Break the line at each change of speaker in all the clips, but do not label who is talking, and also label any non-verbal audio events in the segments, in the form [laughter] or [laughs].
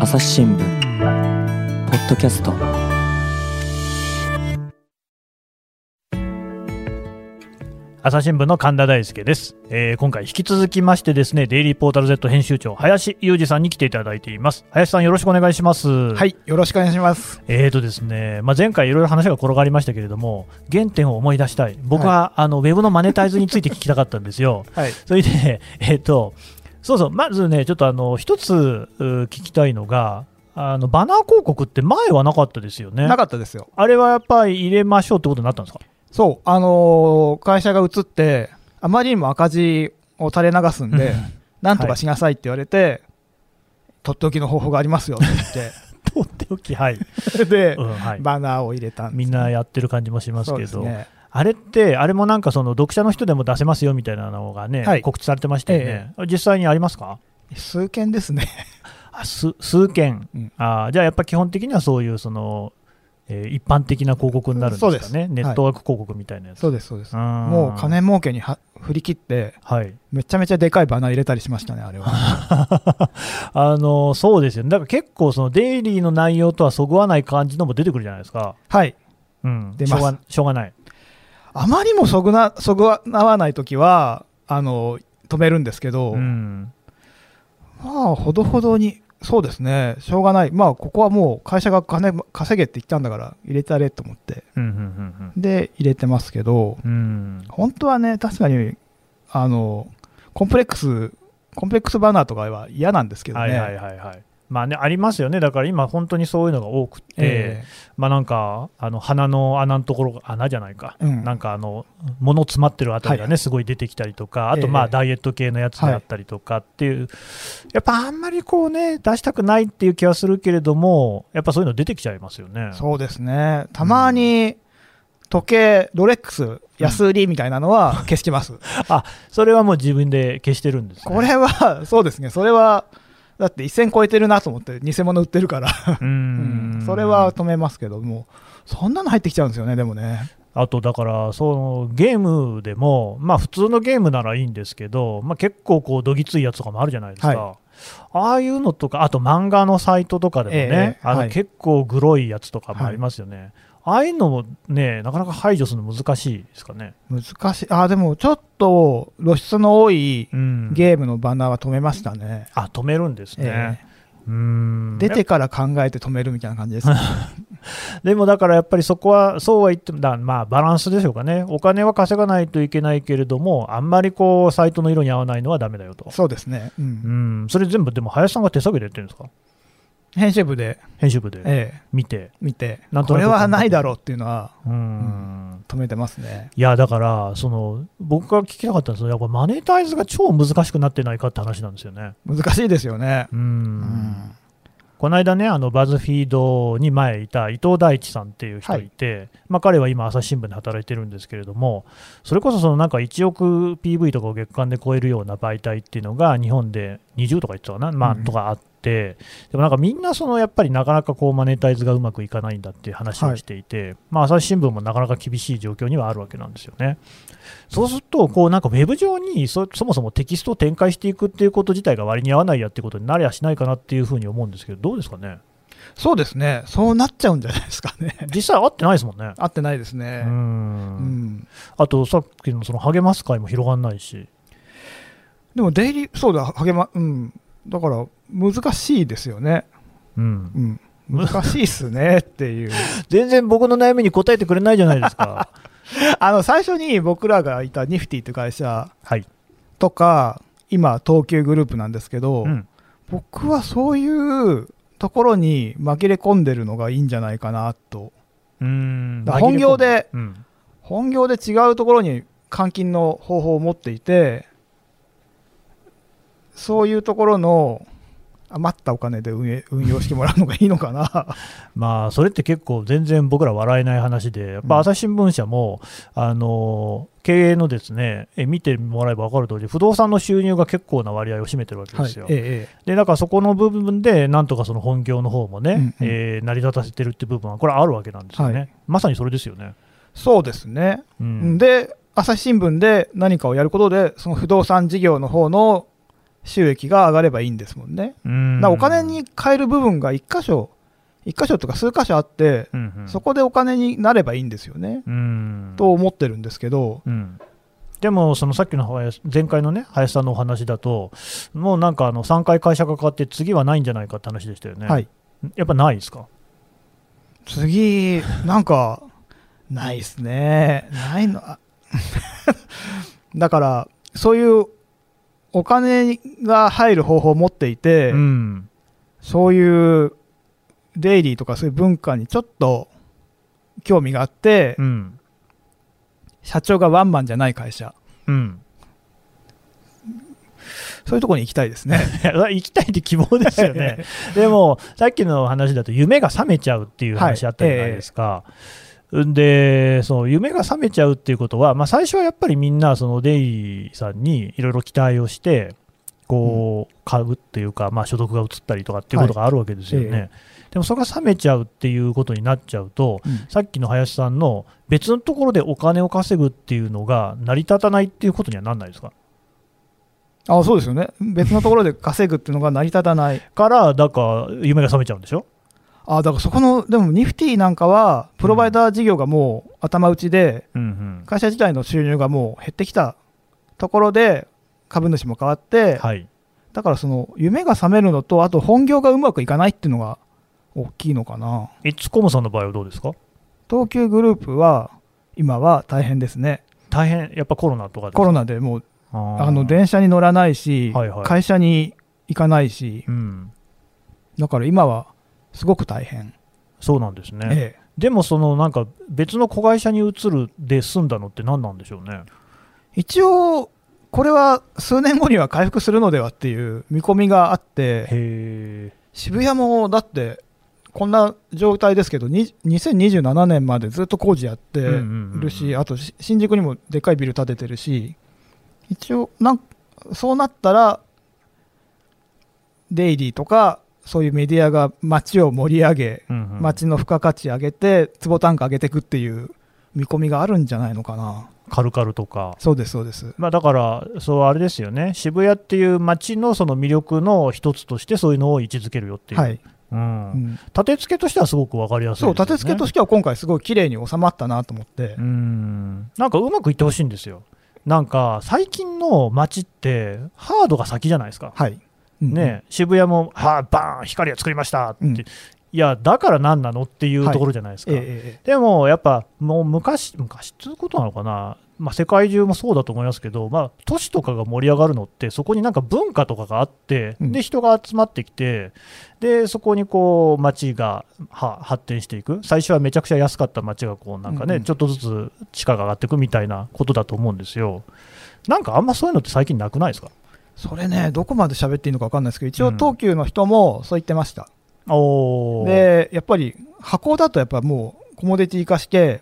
朝日新聞ポッドキャスト
朝日新聞の神田大輔です、えー今回引き続きましてですねデイリーポータル Z 編集長林裕二さんに来ていただいています林さんよろしくお願いします
はいい、よろしくお願いします。
えーとですね、まあ、前回いろいろ話が転がりましたけれども原点を思い出したい僕は、あのウェブのマネタイズについて聞きたかったんですよ
はい。
それでえっ、とそうそうまずねちょっとあの一つう聞きたいのがあのバナー広告って前はなかったですよね
なかったですよ。
あれはやっぱり入れましょうってことになったんですか
そう、あのー会社が移って、あまりにも赤字を垂れ流すんで、なんとかしなさいって言われて、とっておきの方法がありますよって
とっておきはい、
言 [laughs] って、で
う、んはい、
バナーを入れたんで
みんなやってる感じもしますす
そう
け
です
ど、
ね。
あれって、あれもなんかその読者の人でも出せますよみたいなのがね、
はい
告知されてましたよね、実際にありますか
数件ですね。
あす数件、
うん
あーじゃあやっぱ基本的にはそういうその、えー一般的な広告になるんです
そ
か
うで
ね、ネットワーク広告みたいなやつ。
そうです、そうです。
ん
[laughs] もう金儲けには振り切って、
はい、 [laughs]
めちゃめちゃでかいバナー入れたりしましたね、あれ [laughs] は。
あのそうですよね、だから結構、そのデイリーの内容とはそぐわない感じのも出てくるじゃないですか、
はい。
うん、
出
し
ます
ょうがしょうがない、
あまりもそぐな、そぐわないときは、あの止めるんですけど、
うん、
まあ、ほどほどに、そうですね、しょうがない、まあ、ここはもう会社が金稼げって言ったんだから、入れたれと思って、
うん、うん、うん
で、入れてますけど、
うん、うん、
本当はね、確かに、あの、コンプレックス、コンプレックスバナーとかは嫌なんですけどね。
はいはいはいはい。まあね、ありますよね、だから今、本当にそういうのが多くて、
え
まあなんか、あの鼻の穴のところが、穴じゃないか、
えうん
なんかあの、物詰まってるあたりがね、
は
すごい出てきたりとか、あと、
ええ
まあ、ダイエット系のやつであったりとかっていう、やっぱあんまりこうね、出したくないっていう気はするけれども、やっぱそういうの出てきちゃいますよね。
そうですね。たまに、時計、ロレックス、安売りみたいなのは消してます。
それはもう自分で消してるんですね、
これは、そうですね、それは、だって1000超えてるなと思って、偽物売ってるから。
う
うん
ん、
それは止めますけども、そんなの入ってきちゃうんですよね、でもね。
あとだからそのゲームでも、まあ、普通のゲームならいいんですけど、まあ、結構こうどぎついやつとかもあるじゃないですか、
は
ああいうのとかあと漫画のサイトとかでもね
え、え
あ
は
の
い
結構グロいやつとかもありますよね、ああいうのもねなかなか排除するの難しいですかね、
難しい。あ、でもちょっと露出の多い
うん、
ゲームのバナーは止めましたね。
あ止めるんですね、
ええ
うん
出てから考えて止めるみたいな感じですね。
でもだからやっぱりそこは、そうは言っても、だまあバランスでしょうかね、お金は稼がないといけないけれども、あんまりこうサイトの色に合わないのはダメだよと。
そうですね。う。
うんん、それ全部、でも林さんが手作業でやってるんですか、
編集部で、
編集部で
ええ、
見て、
見て、
なんと
こ
なく
れはないだろうっていうのは
うん
止めてますね。
いやだからその、僕が聞きたかったんですけど、やっぱマネタイズが超難しくなってないかって話なんですよね。
難しいですよね。
うん
うん
この間ね、あのバズフィードに前いた伊藤大地さんっていう人いて、まあ、彼は今、朝日新聞で働いてるんですけれども、それこそそのなんか1億 PV とかを月間で超えるような媒体っていうのが、日本で20とか言ってたかな、まあ、
うん
とかあって、でもなんかみんな、そのやっぱりなかなかこうマネタイズがうまくいかないんだっていう話をしていて、まあ、朝日新聞もなかなか厳しい状況にはあるわけなんですよね。そうすると、こうなんかウェブ上にそそもそもテキストを展開していくっていうこと自体が割に合わないやっていうことになりゃしないかなっていうふうに思うんですけど、どうですかね、
そうですね。そうなっちゃうんじゃないですかね。 [laughs]
実際合ってないですもんね。
合ってないです
う
ね。うんん。
あとさっきのその励ます会も広がんないし、
でも、デイリー、そうだ、励ま、うん。だから、難しいですよね。
うん、
うん、難しいっすねって
[laughs]
いう
全然僕の悩みに答えてくれないじゃないです
[laughs]
か。
あの最初に僕らがいたニフティという会社
はい、
とか今東急グループなんですけど、
うん
僕はそういうところに紛れ込んでるのがいいんじゃないかなと
うん
だから本業で、
うん
本業で違うところに換金の方法を持っていてそういうところの余ったお金で運営運用してもらうのがいいの
[laughs]
かな
まあ、それって結構、全然僕ら笑えない話で、やっぱ朝日新聞社も、あの経営のですねえ見てもらえば分かる通り、不動産の収入が結構な割合を占めてるわけですよ。
[laughs] え
でだからそこの部分で、なんとかその本業の方もね、
うんうん
えー成り立たせてるって部分は、これ、あるわけなんですよね、
はい
まさにそれですよね。
えそうですね
う
うん
ん
で朝日新聞で何かをやることでその不動産事業の方の収益が上がればいいんですもんね。だからお金に変える部分が1箇所、1箇所とか数箇所あって、
うんうん、
そこでお金になればいいんですよね、
うん
と思ってるんですけど、
うん、でも、そのさっきの林前回のね林さんのお話だと、もうなんかあの3回会社が変わって、次はないんじゃないかって話でしたよね。
はい、
やっぱないですか
次、なんか、ないですね。ないの。あ [laughs] だから、そういうお金が入る方法を持っていて、
うん
そういうデイリーとかそういう文化にちょっと興味があって、
うん
社長がワンマンじゃない会社、
うん、
そういうところに行きたいですね。
いや行きたいって希望ですよ [laughs] ね、でもさっきの話だと、夢が覚めちゃうっていう話あったじゃないですか、んでその夢が覚めちゃうっていうことは、まあ、最初はやっぱりみんな、そのデイさんにいろいろ期待をして、こう買うっていうか、まあ、所得が移ったりとかっていうことがあるわけですよね、
はい
でもそれが覚めちゃうっていうことになっちゃうと、さっきの林さんの別のところでお金を稼ぐっていうのが成り立たないっていうことにはなんないですか
あそうですよね。別のところで稼ぐっていうのが成り立たない。
から、だから夢が覚めちゃうんでしょ
あだからそこの、でもニフティなんかは、プロバイダー事業がもう頭打ちで、
うんうん
会社自体の収入がもう減ってきたところで、株主も変わって、
はい、
だからその夢が覚めるのと、あと本業がうまくいかないっていうのが大きいのかな。
いつこもさんの場合はどうですか
東急グループは、今は大変ですね。
大変、やっぱコロナとかで
コロナでもう、
あ
あの、電車に乗らないし、
はいはい
会社に行かないし、
うん、
だから今はすごく大変。
そうなんですね、
ええ
でもそのなんか別の子会社に移るで済んだのって何なんでしょうね。
一応、これは数年後には回復するのではっていう見込みがあって、
へ
渋谷もだって、こんな状態ですけど、に2027年までずっと工事やって
うんうんうんうん
るし、あとし新宿にもでっかいビル建ててるし、一応なん、そうなったら、デイリーとか、そういうメディアが街を盛り上げ、
え、
町の付加価値上げて坪単価上げていくっていう見込みがあるんじゃないのかな
カルカルとか。
そうですそうです
まあ、だから、そうあれですよね、渋谷っていう街のその魅力の一つとして、そういうのを位置づけるよっていう、
はい、
う
うんん、
立て付けとしてはすごく分かりやすいです
そ
よ
う
ね、
立て付けとしては今回すごい綺麗に収まったなと思って
うんなんかうまくいってほしいんですよ、なんか最近の街って、ハードが先じゃないですか、
はい、うん
ねえ、渋谷も、はあ、バーン、光を作りましたって、
うん
いや、だから何なのっていうところじゃないですか。
ええええ
でもやっぱもう昔、昔っていうことなのかな、まあ、世界中もそうだと思いますけど、まあ、都市とかが盛り上がるのって、そこになんか文化とかがあって、
うん
で人が集まってきて、でそこにこう街がは発展していく、最初はめちゃくちゃ安かった街がこうなんかね、
うんうん
ちょっとずつ地価が上がっていくみたいなことだと思うんですよ。なんかあんまそういうのって最近なくないですか
それねどこまで喋っていいのか分かんないですけど一
う
応
ん
東急の人もそう言ってました、
おー
でやっぱり箱だとやっぱもうコモディティ化して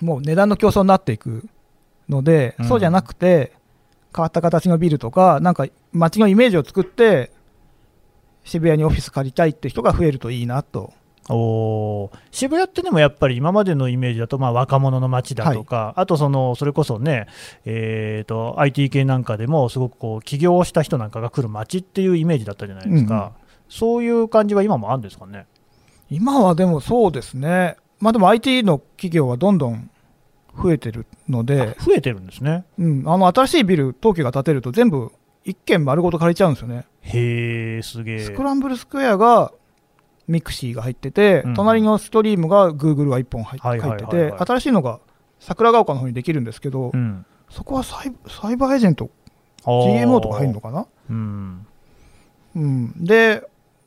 もう値段の競争になっていくので、
うん
そうじゃなくて変わった形のビルとかなんか街のイメージを作って渋谷にオフィス借りたいって人が増えるといいなと
おー渋谷ってでもやっぱり今までのイメージだとまあ若者の街だとか、あとそのそれこそね、えー、と IT 系なんかでもすごくこう起業した人なんかが来る街っていうイメージだったじゃないですか、そういう感じは今もあるんですかね。
今はでもそうですねまあでも IT の企業はどんどん増えてるので、
増えてるんですね。
うん、あの新しいビル東急が建てると全部一軒丸ごと借りちゃうんですよね
へーすげえ。
スクランブルスクエアがミクシーが入ってて、
うん
隣のストリームがグーグルが1本入っ
はい
て
はい
入
はい
って
はい
て、新しいのが桜ヶ丘の方にできるんですけど、
うん、
そこはサイサイバーエージェント、
あー
GMO とか入るのかな、
うん
うん、で、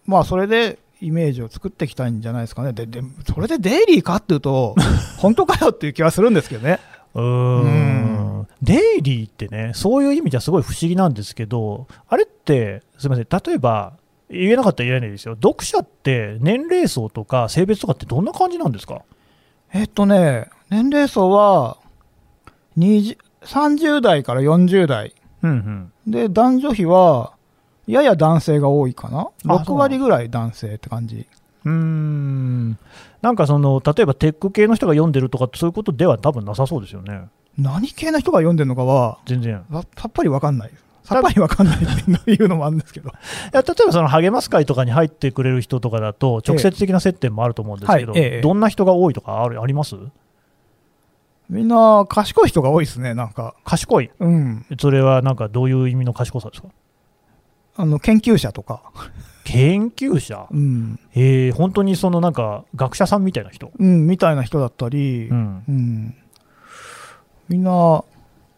まあ、それでイメージを作っていきたいんじゃないですかね、ででそれでデイリーかってい
[laughs]
うと、本当かよっていう気はするんですけどね、
うー
うん
デイリーってね、そういう意味じゃすごい不思議なんですけど、あれって、すみません、例えば、言えなかったら言えないですよ、読者って年齢層とか性別とかってどんな感じなんですか
えっとね、年齢層は20 30代から40代。
うんうん。
で男女比はやや男性が多いかな
あ
6割ぐらい男性って感じ
うーんなんかその、例えばテック系の人が読んでるとか、そういうことでは多分なさそうですよね、
何系の人が読んでるのかは
全然。
ささっぱり分かんないですさっぱりわかんないっていうのもあるんですけ
[laughs]
ど。
いや例えばその励ます会とかに入ってくれる人とかだと、直接的な接点もあると思うんですけど、
ええはいええ
どんな人が多いとかあるあります
みんな賢い人が多いですね、なんか。
賢い、
うん。
それはなんかどういう意味の賢さですか
あの、研究者とか。
研究者、
うん。
えー、本当にそのなんか学者さんみたいな人、
うん、みたいな人だったり、
う
うん。
ん、
みんな、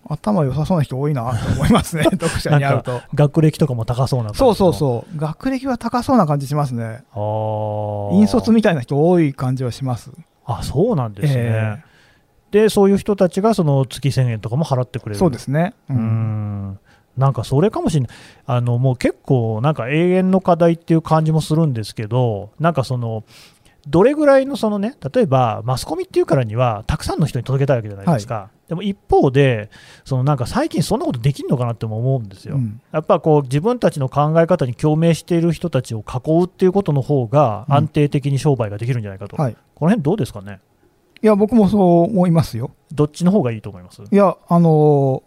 頭良さそうな人多いなと思いま
[laughs]
すね、読者に会うと。
学歴とかも高そうな感じ
そう
の
そうそう。学歴は高そうな感じしますね。
あー
引率みたいな人多い感じはします。
あそうなんですね、
え
でそういう人たちがその月1000円とかも払ってくれる
そうですね。う
うーんなんかそれかもしれないあのもう結構なんか永遠の課題っていう感じもするんですけどなんかそのどれぐらいのそのね例えばマスコミっていうからにはたくさんの人に届けたいわけじゃないですか、でも一方でそのなんか最近そんなことできるのかなっても思うんですよ、
うん
やっぱこう自分たちの考え方に共鳴している人たちを囲うっていうことの方が
うん
安定的に商売ができるんじゃないかと、
はい。
この辺どうですかね
いや、僕もそう思いますよ。
どっちの方がいいと思います
いや、あのー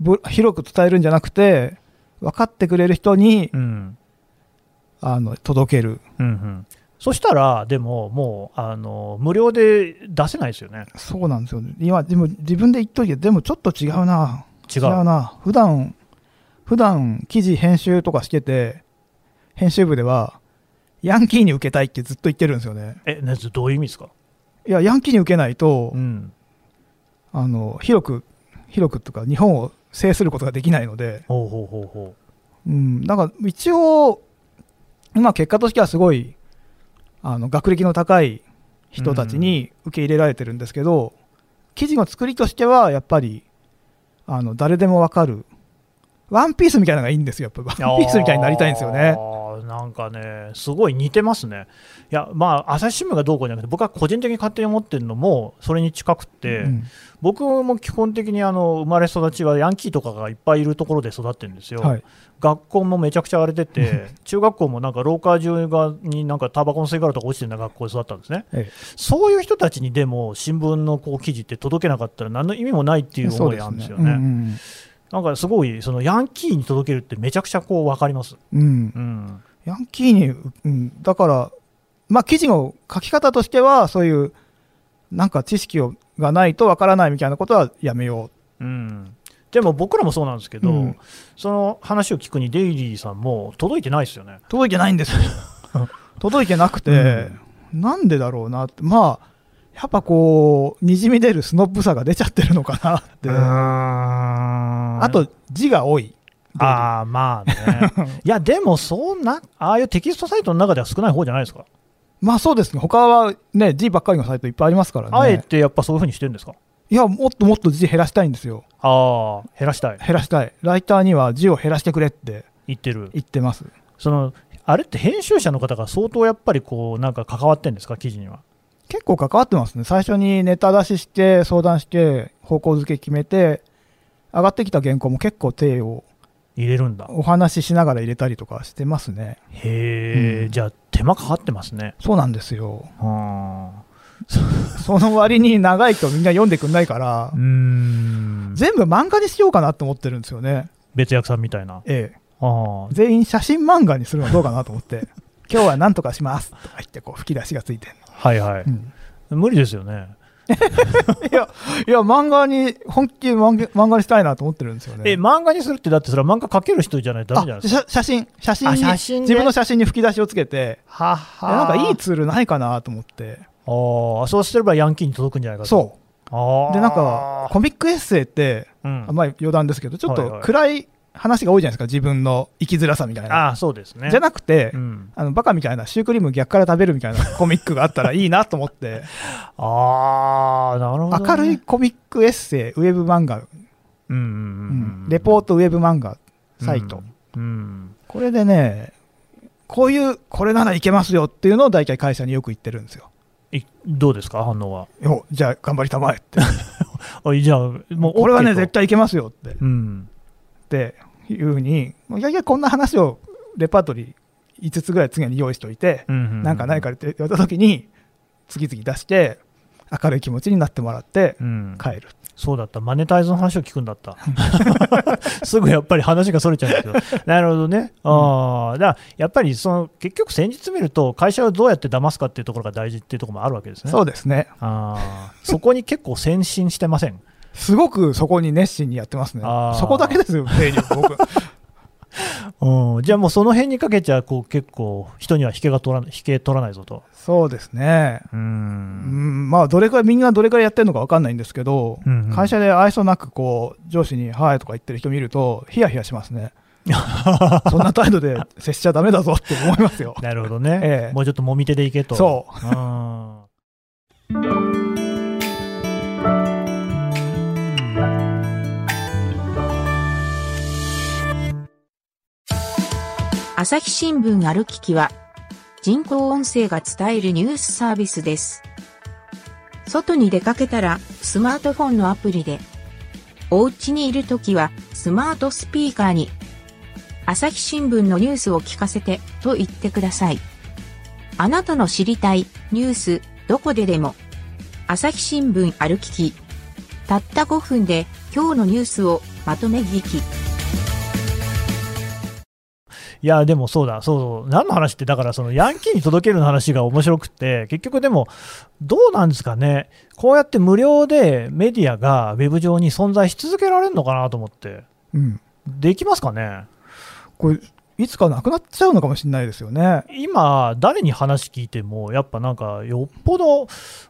ぶ広く伝えるんじゃなくて、分かってくれる人に、
うん
あの、届ける。
うんうん、そしたら、でももうあの無料で出せないですよね、
そうなんですよ、ね。今、でも自分で言っといて、でもちょっと違うな。
違う。
な。普段、普段、記事編集とかしてて、編集部では、ヤンキーに受けたいってずっと言ってるんですよね。
え、ね、どういう意味ですか、
いや、ヤンキーに受けないと、
ん、
あの、広く、広くとか、日本を制することができないので、
ほうほうほうほ
うん、だから一応、まあ、結果としてはすごいあの学歴の高い人たちに受け入れられてるんですけど、記事の作りとしてはやっぱりあの誰でも分かるワンピースみたいなのがいいんですよやっぱ
う。
ワンピースみたいになりたいんですよね
あ。ーなんかね、すごい似てますね。いや、まあ、朝日新聞がどうこうじゃなくて、僕は個人的に勝手に思ってるのも、それに近くって、
うん
僕も基本的にあの生まれ育ちはヤンキーとかがいっぱいいるところで育ってるんですよ。
はい、
学校もめちゃくちゃ荒れてて、中学校もなんか廊下中がになんかタバコの吸い殻とか落ちてるような学校で育ったんですね、
ええ
そういう人たちにでも新聞のこう記事って届けなかったら、何の意味もないっていう思いなんですよね、
そううん
なんかすごい、そのヤンキーに届けるってめちゃくちゃこう分かります、
うんうん
うん、
ヤンキーに、うん、だから、まあ、記事の書き方としてはそういうなんか知識をがないと分からないみたいなことはやめよ
うん、でも僕らもそうなんですけど、
うん
その話を聞くに、デイリーさんも届いてないですよね
う。届いてないんですよ届いてなくて、なんでだろうなって、まあ、やっぱこう、にじみ出るスノップさが出ちゃってるのかなって、
あ
あと字が多い、
ああまあ
[laughs]
ねいやでもそんなああいうテキストサイトの中では少ない方じゃないですか
まあそうですね、他はね、字ばっかりのサイトいっぱいありますからね、
あえてやっぱそういうふうにしてるんですか
いや、もっともっと字減らしたいんですよ、
ああ、減らしたい、
減らしたい、ライターには字を減らしてくれって
言ってる、
言ってます、
そのあれって編集者の方が相当やっぱりこう、なんか関わってんですか、記事には。
結構関わってますね、最初にネタ出しして、相談して、方向づけ決めて、上がってきた原稿も結構手を
入れるんだ。
お話ししながら入れたりとかしてますね。
へえ、
うん
じゃあ、手間かかってますね。
そうなんですよ。
は
その割に長いとみんな読んでくんないから
ーう、ーん、
全部漫画にしようかなと思ってるんですよね。
別役さんみたいな。
ええ。
あー
全員写真漫画にするのはどうかなと思って、今日はなんとかしますとか言って、こう吹き出しがついてんの
はいはい、
うん
無理ですよね。
いや、いや、漫画に、本気で漫画漫画にしたいなと思ってるんですよね。
え、漫画にするって、だってそれは漫画描ける人じゃないとダメじゃな
あ
いですか。
写写真、写真に
あ写真で
自分の写真に吹き出しをつけて、
は
え
は
なんかいいツールないかなと思って、
ああ、そうすればヤンキーに届くんじゃないかと。。
そう
あ
う。
あ。
で、なんか、、コミックエッセイって、
うん、
まあ余談ですけど、ちょっ
はいは
と
い
暗い話が多いじゃないですか、自分の生きづらさみたい
あ
な。
あ、そうですね。
じゃなくて、
うん、
あのバカみたいなシュークリーム逆から食べるみ
[laughs]
たいなコミックがあったらいいなと思って
ああ、なるほど、ね。
明るいコミックエッセイウェブ漫画、
うんうん
うん
うん、
レポートウェブ漫画サイト、
うん、うん
これでねこういうこれならいけますよっていうのを大体会社によく言ってるんですよ。
いどうですか反応は
よじゃあ頑張りたま
[laughs]
えって。
あじゃあもう
これはね、絶
対
対いけますよって。っ
うん
ていうふうに、いやいや、こんな話をレパートリー5つぐらい常に用意しておいて、
うん
なんかないかって言われた時に、次々出して、明るい気持ちになってもらって
うん、
帰る。
そうだった、マネタイズの話を聞くんだった、 [laughs] すぐやっぱり話がそれちゃうんですけ
[laughs]
ど、なるほどね、あーだからやっぱりその結局、先日見ると、会社をどうやって騙すかっていうところが大事っていうところもあるわけですね、
そうですね。
あーそこに結構先進してません、
すごくそこに熱心にやってますね
あー。
そこだけですよ、定義
[laughs]
僕。
うん、じゃあもうその辺にかけちゃこう、結構、人には引けが取らない引け取らないぞと。
そうですね。
う
うんん、まあ、どれくらい、みんなどれくらいやってるのかわかんないんですけど、
うんうん。
会社で愛想なく、こう、上司に、はいとか言ってる人見ると、ヒヤヒヤしますね。そんな態度で接しちゃダメだぞって思いますよ
[laughs] なるほどね、
ええ
もうちょっともみ手でいけと。。
そう
ん、
朝日新聞ある聞きは、人工音声が伝えるニュースサービスです。外に出かけたら、スマートフォンのアプリで。お家にいるときは、スマートスピーカーに、朝日新聞のニュースを聞かせて、と言ってください。あなたの知りたい、ニュース、どこででも。朝日新聞ある聞き。たった5分で、今日のニュースをまとめ聞き。
いや、でもそうだ、そうそう、何の話って、だからそのヤンキーに届けるの話が面白くって、結局でも、どうなんですかね、こうやって無料でメディアがウェブ上に存在し続けられるのかなと思って、
うん。
できますかね、
これ、いつかなくなっちゃうのかもしれないですよね。
今、誰に話聞いても、やっぱなんか、よっぽど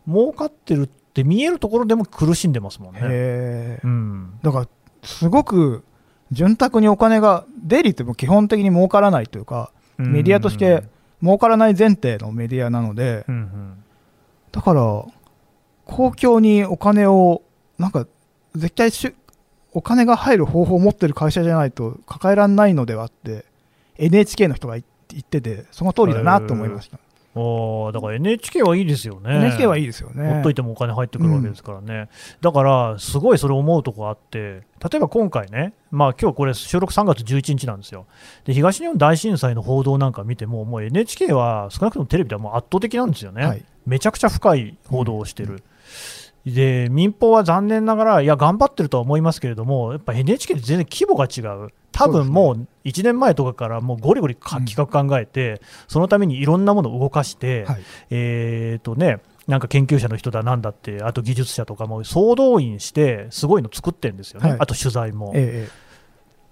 儲かってるって見えるところでも苦しんでますもんね。
へえ。
うん、
だから、すごく、潤沢にお金が、デイリーってもう基本的に儲からないというか、メディアとして儲からない前提のメディアなので、
うん、うん
だから、公共にお金を、なんか、絶対しゅ、お金が入る方法を持ってる会社じゃないと抱えられないのではって、NHK の人が言言ってて、その通りだなと思いました。
うん、おーだから NHK はいいですよね。
NHK はいいですよね。
ほっといてもお金入ってくるわけですからね、だからすごいそれ思うとこあって、例えば今回ね、まあ今日これ、収録3月11日なんですよで、東日本大震災の報道なんか見ても、もう NHK は少なくともテレビではもう圧倒的なんですよね、
はい
めちゃくちゃ深い報道をしてる。で民放は残念ながら、いや、頑張ってるとは思いますけれども、やっぱ NHK って全然規模が違う、多分もう1年前とかから、もうゴリゴリか
うん
企画考えて、そのためにいろんなものを動かして、
はい
えーとね、なんか研究者の人だなんだって、あと技術者とかも総動員して、すごいの作ってるんですよね、
はい
あと取材も、
ええ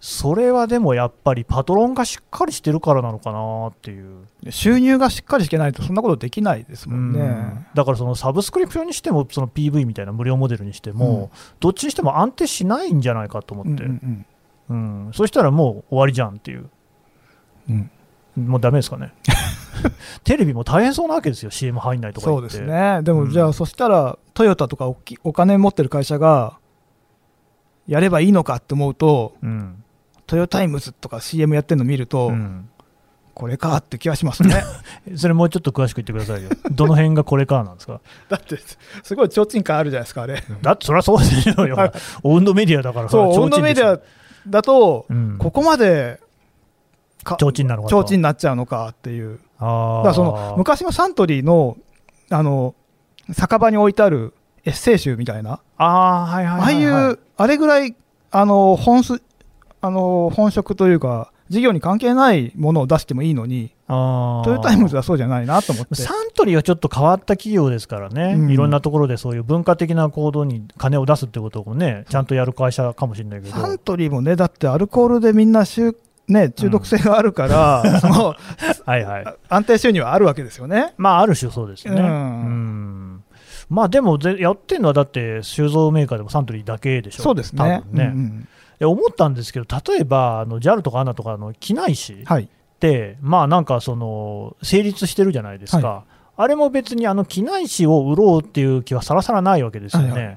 それはでもやっぱりパトロンがしっかりしてるからなのかなっていう、
ええ収入がしっかりしてないと、そんなことできないですもんね。
うんだからそのサブスクリプションにしても、その PV みたいな無料モデルにしても、どっちにしても安定しないんじゃないかと思
うん
っ
う
て、
ん
うんそしたらもう終わりじゃんっていう、
うんうん
もうだめですか
[laughs]
ね。テレビも大変そうなわけですよ、CM 入んないとか言
そ
っ
う
て。
ですね、でもじゃあ、
うん
そしたらトヨタとかおきお金持ってる会社が、やればいいのかって思うと、
うん
トヨタイムズとか CM やってるの見ると、
うん
これかって気がします
[laughs]
ね。
それもうちょっと詳しく言ってくださいよ。 [laughs] どの辺がこれからなんですか
だって、すごい提灯感あるじゃないですか、あれ。
だってそりゃそうですよ。オウンドメディアだから
そう、温度メディアだと、こ
こ
こまでか
提灯なのか
提灯に
な
なっちゃうのかっていう、
あー
だからその昔のサントリーのあの酒場に置いてあるエッセイ集みたいな。
あーはいはい
ああ、
はいいはいう
あれぐらい、あの、本す、あの、本職というか、事業に関係ないものを出してもいいのに、
あー
トヨタイムズはそうじゃないなと思って。
サントリーはちょっと変わった企業ですからね、
うん
いろんなところでそういう文化的な行動に金を出すってことをね、ちゃんとやる会社かもしれないけど、
サントリーもね、だってアルコールでみんな中、ね、中毒性があるか
[laughs]
ら、その、
はいはい、
安定収入はあるわけですよね。
まあ、ある種そうですよね。う
うん
んまあでもぜ、やってるのはだって、酒造メーカーでもサントリーだけでしょ、
そうですね
多。分ね
うんうん
で思ったんですけど、例えばあの JAL とか ANA とかの機内誌っ
はい。
て、まあなんかその成立してるじゃないですか、
は
あれも別にあの機内誌を売ろうっていう気はさらさらないわけですよね、
はいは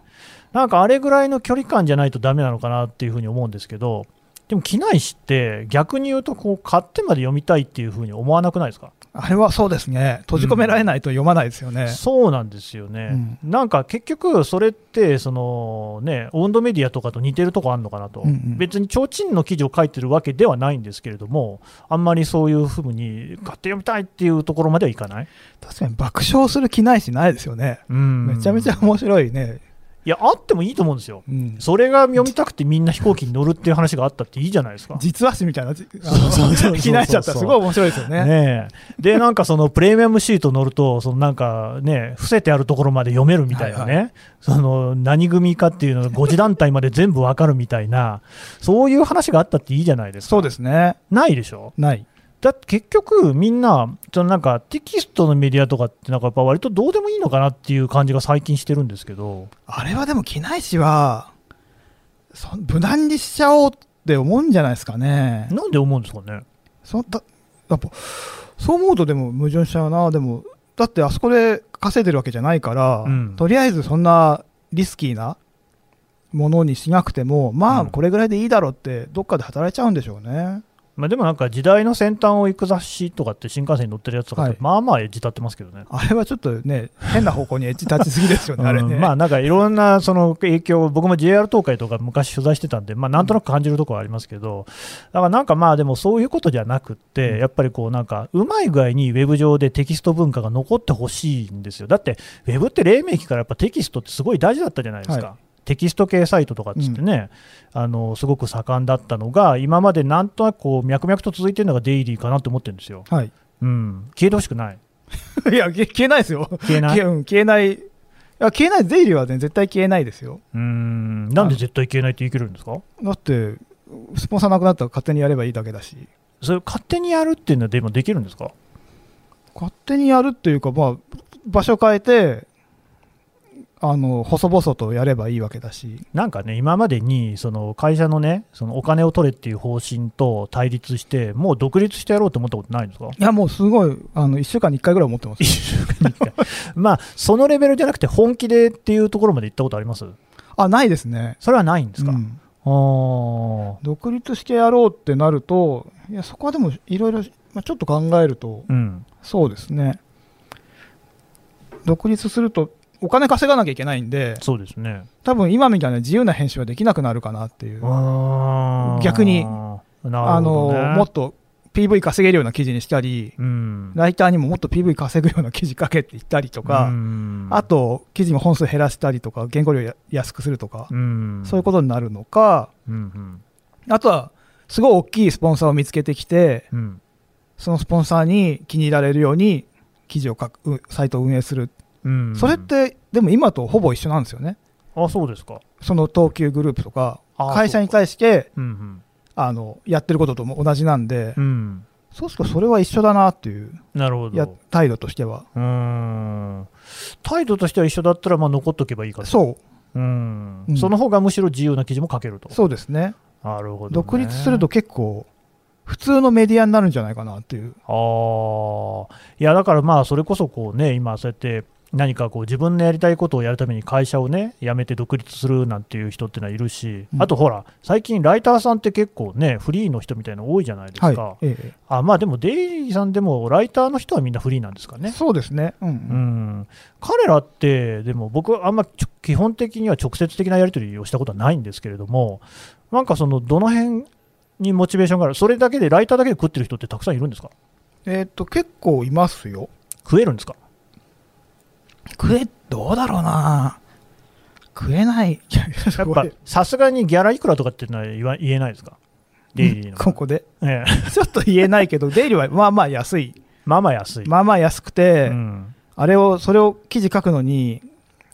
なんかあれぐらいの距離感じゃないとダメなのかなっていうふうに思うんですけど、でも機内誌って逆に言うとこう買ってまで読みたいっていうふうに思わなくないですか
あれはそうですね、閉じ込められないと読まないですよね。
そうなんですよね、なんか結局、それってその、ね、温度メディアとかと似てるとこあるのかなと、
うんうん
別に提灯の記事を書いてるわけではないんですけれども、あんまりそういうふうに買って読みたいっていうところまではいかない、
確かに爆笑する気ないしないですよね。
うん
めちゃめちゃ
い
面白いね。
や、あってもいいと思うんですよ、
うん、
それが読みたくてみんな飛行機に乗るっていう話があったっていいじゃないですか。
実話誌みたいな、じあ
そうそ
[laughs]
うそうそ
の
う
気になっちゃったらすごい面白いですよね。
ねえ、で、なんかそのプレミアムシート乗ると、そのなんかね、伏せてあるところまで読めるみたいなね、
は
その何組かっていうのが5次団体まで全部わかるみたいな、そういう話があったっていいじゃないですか。
そうですね。
ないでしょ
ない。
だって結局、みんな、そのなんかテキストのメディアとかって、なんかやっぱ割とどうでもいいのかなっていう感じが最近してるんですけど、
あれはでも機内誌は、そ無難にしちゃおうって思うんじゃないですかね。
なんで思うんですかね。
そだやっぱそう思うとでも矛盾しちゃうなでもだってあそこで稼いでるわけじゃないから、
うん
とりあえずそんなリスキーなものにしなくてもま
う
あ
ん
これぐらいでいいだろうってどっかで働いちゃうんでしょうね、
まあ、でもなんか時代の先端を行く雑誌とかって新幹線に乗ってるやつとかって
はい
まあまあエッジ立ってますけどね。
あれはちょっとね変な方向にエッジ立ちすぎで
[laughs]
すよねあれね、
うんまあなんかいろんなその影響を僕も JR 東海とか昔取材してたんで、まあ、なんとなく感じるところはありますけど、だからなんかまあでもそういうことじゃなくって、
うん
やっぱりこうなんかうまい具合にウェブ上でテキスト文化が残ってほしいんですよだってウェブって黎明期からやっぱテキストってすごい大事だったじゃないですか。
は
テキスト系サイトとかっつってね、あのすごく盛んだったのが、今までなんとなくこう脈々と続いてるのがデイリーかなと思ってるんですよ。
はい
うん、消えてほしくない。
いや消え消えないですよ
消えない。
消えうん消えないいや消えないゼイリーは、ね、絶対消えないですよ
うん、なんで絶対消えないって言い切れるんですか
だってスポンサーなくなったら勝手にやればいいだけだし
それ勝手にやるっていうのはでもできるんですか
勝手にやるっていうか、まあ、場所変えて、あの、細々とやればいいわけだし、
なんかね、今までにその会社のね、そのお金を取れっていう方針と対立して、もう独立してやろうと思ったことないんですか [laughs]
いや、もうすごい、あの、1週間に1回ぐらい思ってます。
まあ、そのレベルじゃなくて、本気でっていうところまで行ったことあります
あ、ないですね。
それはないんですか、
うん
あー
独立してやろうってなると、いや、そこはでも、いろいろ、まあ、ちょっと考えると、
うん、
そうですね。独立すると、お金稼がなきゃいけないんで、
そうですね。
多分今みたいな自由な編集はできなくなるかなっていう、
あー
逆に
な
あ
るほど、ね、
の、もっと PV 稼げるような記事にしたり、
うん、
ライターにももっと PV 稼ぐような記事書けって言ったりとか、
うん
あ、と、記事も本数減らしたりとか、原稿料や安くするとか、
うん、
そういうことになるのか、
と、うん
あとは、すごい大きいスポンサーを見つけてきて、
うんうん
そのスポンサーに気に入られるように記事を書く、サイトを運営する。
うん、
それって、でも今とほぼ一緒なんですよね。
あそうですか、
その東急グループとか、
あ
会社に対して、
うん
あの、やってることとも同じなんで
うんう、ん、
そうするとそれは一緒だなっていう、
なるほど
や、態度としては。
うーん態度としては一緒だったらまあ残っとけばいいかと,、
そう
ん
うん
その方がむしろ自由な記事も書けると
う、そうですね。
なるほど、ね、
独立すると結構普通のメディアになるんじゃないかなっていう、
ああいやだからまあそれこそこうね今そうやって何かこう自分のやりたいことをやるために会社をね辞めて独立するなんていう人ってのはいるし、
うん
あとほら最近ライターさんって結構ねフリーの人みたいなの多いじゃないですか、
はいええ
あまあでもデイリーさんでもライターの人はみんなフリーなんですかね
そうですねうん、う
うんん、彼らって、でも僕はあんまちょ基本的には直接的なやり取りをしたことはないんですけれども、なんかそのどの辺にモチベーションがある、それだけで、ライターだけで食ってる人ってたくさんいるんですか
えーっと結構いますよ
食えるんですか
食えどうだろうな食えないや
やっぱさすがにギャラいくらとかっていうのは言わ言えないですか、デイリーの。
[laughs] ここで
ええ、
ちょっと言えないけどデイリーはまあまあ安い
まあまあ安い。
まあまあ安くて、
うん
あれをそれを記事書くのに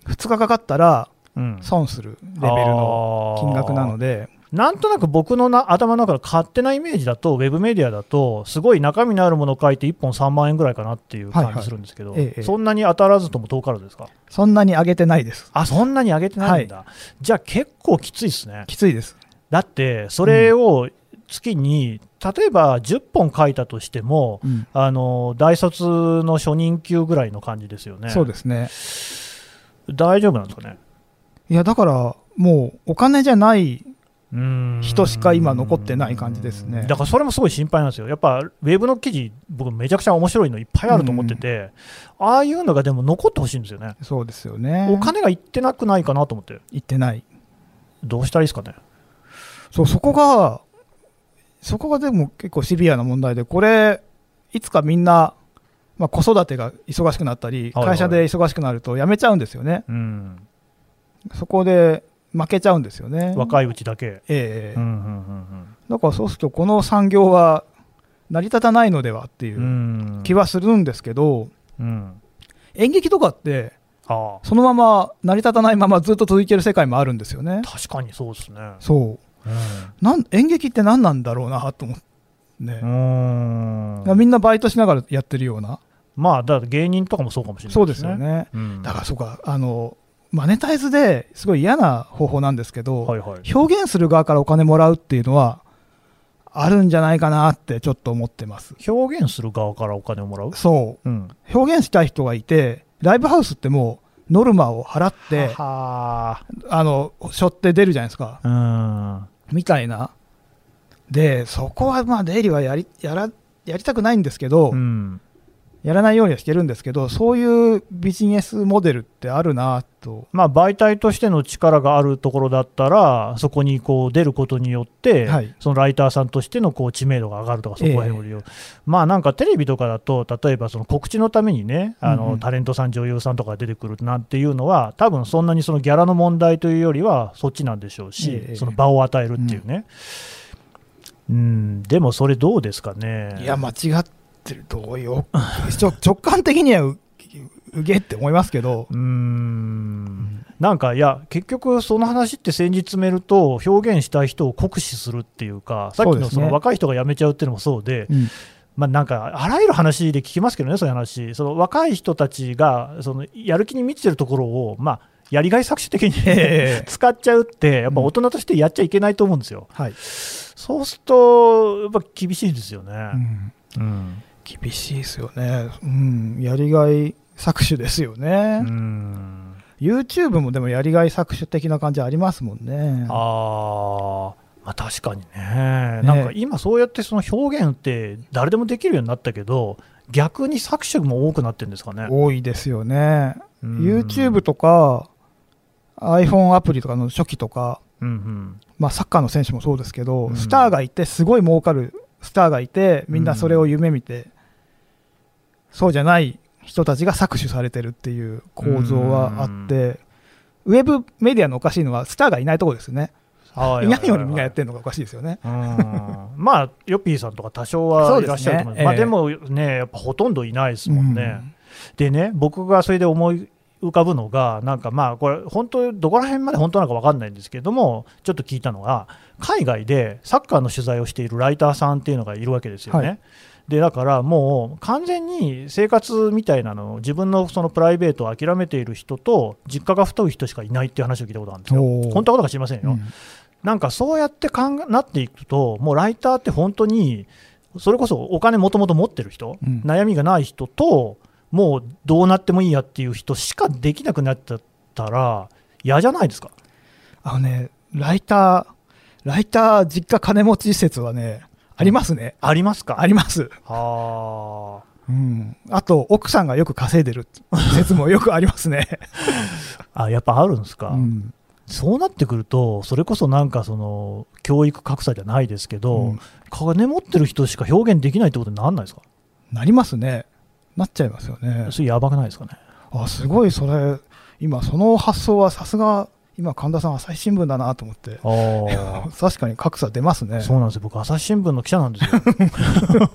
2日かかったら
うん
損するレベルの金額なので
なんとなく僕のな頭の中の勝手なイメージだと、ウェブメディアだと、すごい中身のあるものを書いて、1本3万円ぐらいかなっていう
は
感
いは
じ
い
するんですけど、
ええ
そんなに当たらずとも遠からずですか、
そんなに上げてないです
あそんなに上げてないんだ、じゃあ結構きついですね、
きついです
だって、それを月に、例えば10本書いたとしても、
うん
あの大卒の初任給ぐらいの感じですよね、
そうですね
大丈夫なんですかね、
いや、だから、もう、お金じゃない
うん
人しか今残ってない感じですね
だからそれもすごい心配なんですよ、やっぱウェブの記事、僕、めちゃくちゃ面白いのいっぱいあると思ってて、ああいうのがでも残ってほしいんですよね、
そうですよね。
お金がいってなくないかなと思って、
行ってない。
どうしたらいいですかね、
そう、そこが、そこがでも結構シビアな問題で、これ、いつかみんな、まあ、子育てが忙しくなったり、
はいはい
会社で忙しくなると辞めちゃうんですよね。
うん、
そこで負けちゃうんですよね。
若いうちだけ、
ええ
うんうん
だからそうすると、この産業は成り立たないのではってい
うんう、
うん
うん
気、はするんですけど、
うん、
演劇とかって、
ああ、
そのまま成り立たないままずっと続いてる世界もあるんですよね。
確かにそうですね、
そううなん演劇って何なんだろうなと思って、ね
ん、うん
みんなバイトしながらやってるような、
まあ、だから芸人とかもそうかもしれない
そうですよね。
うん
だからそうか、あの、マネタイズですごい嫌な方法なんですけど、
はいはい、
表現する側からお金もらうっていうのは、あるんじゃないかなってちょっと思ってます。
表現する側からお金をもらう、
そ
うん、
う、表現したい人がいて、ライブハウスってもうノルマを払って、
は
あの、背負って出るじゃないですか、
は、
みたいな。で、そこはまあ、出入りはやり、やら、やりたくないんですけど、
うん、うん、
やらないようにはしてるんですけど、そういうビジネスモデルってあるなと。
まあ、媒体としての力があるところだったら、そこにこう出ることによって、
はい
そのライターさんとしてのこう知名度が上がるとか、そこら辺を利用、まあなんかテレビとかだと、例えばその告知のためにね、あの
うんうん
タレントさん、女優さんとかが出てくるなんていうのは、多分そんなにそのギャラの問題というよりは、そっちなんでしょうし、
ええ
その場を与えるっていうね。うん、でもそれどうですかね。
いや、間違ってる、どうよ。 [laughs] ちょ直感的にはう、うげって思いますけど
う、ーんなんかいや結局その話って先日めると表現したい人を酷使するっていうかさっき
そうで
の
す
そ
ね
の若い人が辞めちゃうっていうのもそうでまあなんかあらゆる話で聞きますけどねそういう話その若い人たちがそのやる気に満ちてるところをまあやりがい搾取的に
[laughs] ええ
[laughs] 使っちゃうってやっぱ大人としてやっちゃいけないと思うんですよ、
はい、
そうするとやっぱ厳しいですよね、うん
厳しいですよね。うん、やりがい搾取ですよね
う。ん
YouTube もでもやりがい搾取的な感じありますもんね。
あーまあ、確かにね、なんか今、そうやってその表現って誰でもできるようになったけど、逆に搾取も多くなってるんですかね。
多いですよね。
うん
YouTube とか、iPhone アプリとかの初期とか、
うんうん
まあ、サッカーの選手もそうですけど、
うん
スターがいて、すごい儲かるスターがいて、みんなそれを夢見て、そうじゃない人たちが搾取されてるっていう構造はあって、ウェブメディアのおかしいのは、スターがいないとこですよね、
はいは
ない
はい
ようにみんなやってるのがおかしいですよね。
うんまあ、ヨッピーさんとか多少
そ
は
う
い
です
らっ
ね
しゃると思います
ええ
まあ、でもね、やっぱほとんどいないですもんね。でね、僕がそれで思い浮かぶのが、なんかまあ、これ、本当、どこら辺まで本当なのか分かんないんですけども、ちょっと聞いたのが、海外でサッカーの取材をしているライターさんっていうのがいるわけですよね。
はい
でだからもう完全に生活みたいなのを自分のそのプライベートを諦めている人と実家が太い人しかいないっていう話を聞いたことあるんですよ
おー
本当のことか知りません
う
よ、
ん
なんかそうやって考えなっていくと、もうライターって本当に、それこそお金もともと持ってる人、
うん
悩みがない人と、もうどうなってもいいやっていう人しかできなくなっちゃったら、嫌じゃないですか。
あのね、ライター、ライター実家金持ち施設はね、ありますね、
ありますか
あります。
は
うん、あと、奥さんがよく稼いでる説もよくありま
[laughs]
すね。
ああ、やっぱあるんですか、
うん
そうなってくると、それこそなんかその、教育格差じゃないですけど、
うん
金持ってる人しか表現できないってことにならないですか、
なりますね。なっちゃいますよね。
それやばくないですかね。
あ、すごい、それ、今、その発想はさすが、今、神田さん、朝日新聞だなと思って。
あー
[laughs] 確かに格差出ますね。
そうなんですよ、僕、朝日新聞の記者なんですよ。
[laughs]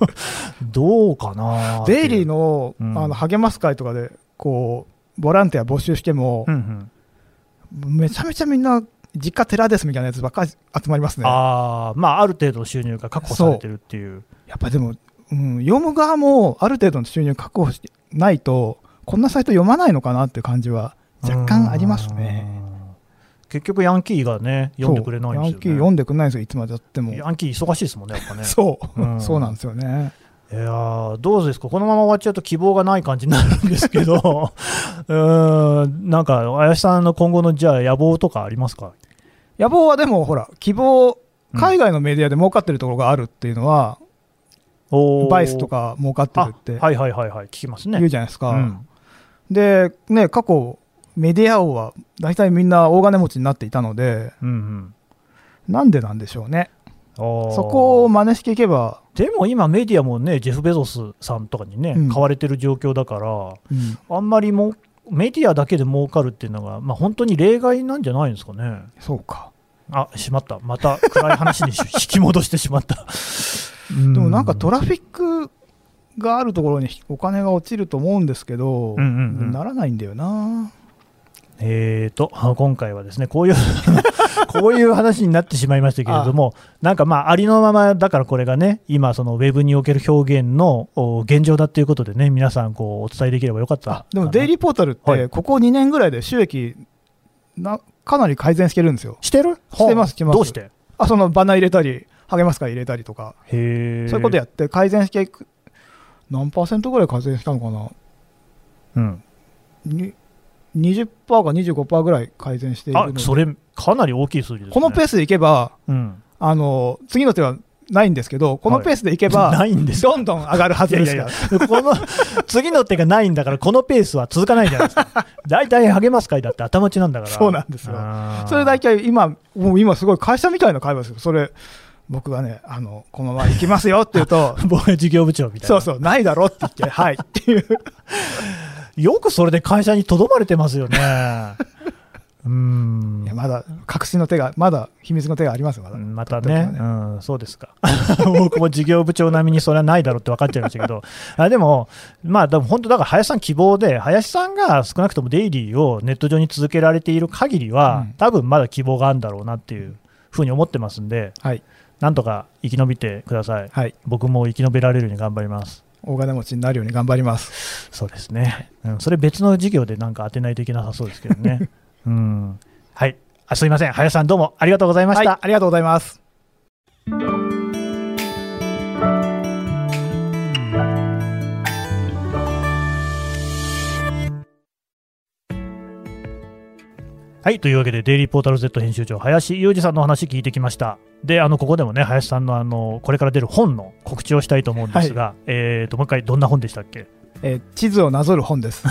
どうかな
デイリー
の、
の,、
うん
あの励ます会とかで、こう、ボランティア募集しても
う、んうん
めちゃめちゃみんな、実家寺ですみたいなやつばっかり集まりますね。
あーまあ、ある程度の収入が確保されてるっていう、
やっぱでも、うん、読む側もある程度の収入確保しないと、こんなサイト読まないのかなっていう感じは若干ありますね。
うん。結局、ヤンキーがね、読んでくれないん
そう
です
ヤン
よ、ね。
キー読んでくれないんですよ、いつまでたっても。
ヤンキー忙しいですもんね、やっぱね。
そう、
うん
そうなんですよね。
いやーどうですか、このまま終わっちゃうと希望がない感じになるんですけ [laughs] ど、うーん、なんか、林さんの今後のじゃあ、野望とかありますか
野望はでもほら、希望、
うん
海外のメディアで儲かってるところがあるっていうのは、
おー
バイスとか儲かってるって
はいはいはいはい、聞きますね。
言うじゃないですか。
うん
で、ね、過去、メディア王は大体みんな大金持ちになっていたので、
うん
なんでなんでしょうね。
うん、おー
そこを真似していけば、
でも今、メディアもね、ジェフ・ベゾスさんとかにね、
うん
買われてる状況だから、あんまりもうメディアだけで儲かるっていうのが、まあ、本当に例外なんじゃないんですかね。
そうか。
あしまった、また暗い話に引き戻してしま
[laughs]
った。
で
で
もなんかトラフィックがあるところにお金が落ちると思うんですけ
うん
ど、
うんうん
ならないんだよな。
えーと、あの今回はですね、こう [laughs] いう、こういう話になってしまいましたけれども、なんかまあ、ありのままだからこれがね、今、そのウェブにおける表現のお現状だっていうことでね、皆さんこうお伝えできればよかった
あでもデイリ
ー
ーポータルっ
は
て、
い
ここ2年ぐらいで収益な、かなり改善してるんですよ。
してる
してますしてます
どうして
あそのバナー入れたり、励ますから入れたりとか、
へ
そういうこと
や、
やって改善していく、何パーセントぐらい改善したのかな
うん、
に20%か25%ぐらい改善している
あ
ので
それ、かなり大きい数字ですね。
このペースでいけば、
うん、
あの次の手はないんですけど、このペースでいけば、
[laughs] ないんですよ。
どんどん上がるはずですから。
いやいやこの次の手がないんだから、このペースは続かないじゃないです
[laughs]
か。大体励ます会だって頭打ちなんだから。
そうなんですよ
あー、
それ大体今、もう今すごい会社みたいな会話ですよ。それ、僕がね、あの、このまま行きますよって言うと
[laughs] 防衛事業部長みたいな。
そうそう、ないだろって
[laughs]
言って、はいっていう。
よくそれで会社にとどまれてますよね。
[laughs]
うーん
いやまだ、隠しの手が、まだ秘密の手がありますよ、まだ。
また
と
ね
っ、て
う
お
ん、そうですか。 [laughs] 僕も事業部長並みにそれはないだろうって分かっちゃいましたけど、あでも、まあ、でも本当、だから林さん希望で、林さんが少なくともデイリーをネット上に続けられている限りは、
うん
多分まだ希望があるんだろうなっていうふうに思ってますんで、
はい
なんとか生き延びてください。
はい。
僕も生き延びられるように頑張ります。
大金持ちになるように頑張ります。
そうですね。うん、それ別の事業でなんか当てないといけなさそうですけど
[laughs]
ね。うん。はい。あすいません。林さんどうもありがとうございまし
はい、
た。
ありがとうございます。
はい、というわけで、デイリーポータル Z 編集長、林裕二さんのお話聞いてきました。で、あのここでもね、林さんのあのこれから出る本の告知をしたいと思うんですが、えー、ともう一回、どんな本でしたっけ、
えー地図をなぞる本
[laughs]
です。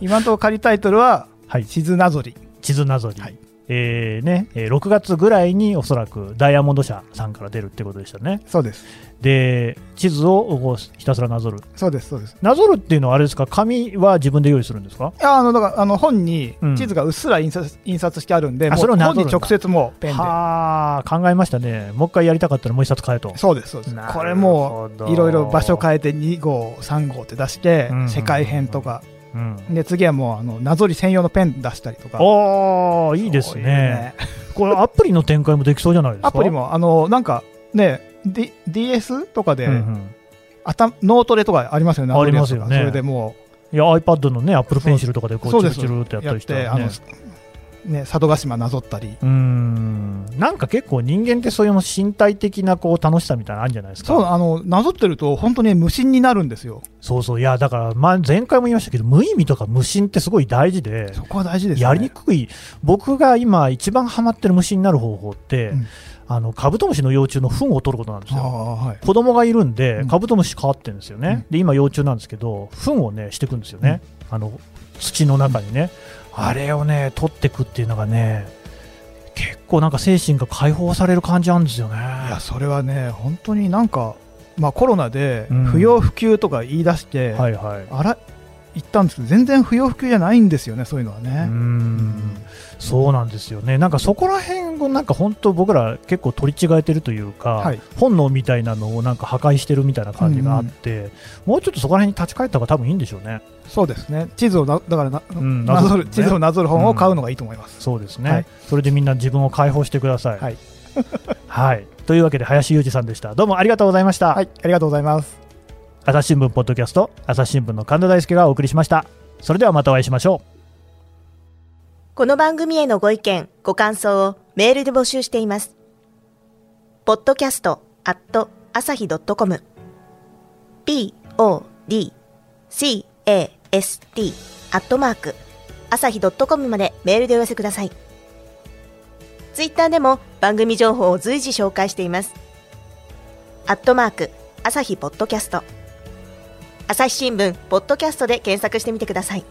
今のところ仮タイトルは、
はい、
地図なぞり。
地図なぞり、
はい
えーねえー6月ぐらいにおそらくダイヤモンド社さんから出るってことでしたね。
そうです。
で、地図をこうひたすらなぞる。
そうです、そうです。
なぞるっていうのは、あれですか、紙は自分で用意するんですか
いやあのだからあの本に
うん
地図がうっすら印刷,、印刷してあるんで、
あ
もう
それをなぞ
本
るん
に
だ
直接もうペンで。
はあ、考えましたね。もう一回やりたかったらもう一冊買えと。
そうです、そうです。これもういろいろ場所変えて2号、3号って出して、
うん
世界編とか、
え、うん、
で次はもうあのなぞり専用のペン出したりとか、
おー、いいです
そう
ね
う。
これ、アプリの展開もできそうじゃないですか。
アプリもあのなんかね、D、DS とかで、
うんうん
あた脳トレとかありますよね、なぞりやつとか
ありますよね
それでも
いや、iPad のね、Apple Pencil とかでこう、
そう
チ
で
ル
す
チルってやっ
う
た
やっ
りして、
て、
ね、
あのね、佐渡島なぞったり、
うーん、なんか結構人間ってそういうの身体的なこう楽しさみたいなのあるんじゃないですか。
そうあのなぞってると、本当に無心になるんですよ、
そうそういや、だから、まあ、前回も言いましたけど、無意味とか無心ってすごい大事で、
そこは大事です、ね、
やりにくい、僕が今、一番ハマってる虫になる方法って、
うん
あのカブトムシの幼虫の糞を取ることなんです
あ
よ。
あはい
子供がいるんで
うん、
カブトムシ変わってるんですよね、で今、幼虫なんですけど、糞をね、していくんですよね、あの土の中にね、あれをね、取っていくっていうのがね、結構なんか精神が解放される感じなんですよね。
いやそれはね本当になんか、まあ、コロナで
うん
不要不急とか言い出して、
はいはい
あら言ったんですけど全然不要不急じゃないんですよねそういうのはね
う、んそうなんですよね、なんかそこら辺をなんか本当、僕ら結構取り違えてるというか、
はい
本能みたいなのをなんか破壊してるみたいな感じがあって、もうちょっとそこら辺に立ち返った方が多分いいんでしょうね。
そうですね地図をなだからな,、
ん
なぞ
なぞる
る
ね
地図をなぞる本を買うのがいいと思います、
そうですね、
はい
それでみんな自分を解放してください。
はい
[laughs] はいというわけで、林裕二さんでした。どうもありがとうございました。
はいありがとうございます
朝日新聞ポッドキャスト、朝日新聞の神田大輔がお送りしました。それではまたお会いしましょう。
この番組へのご意見、ご感想をメールで募集しています。podcast.asahi.com p, o, d, c, a, s, t アットマーク朝日 .com までメールでお寄せください。ツイッターでも番組情報を随時紹介しています。アットマーク、朝日ポッドキャスト。朝日新聞、ポッドキャストで検索してみてください。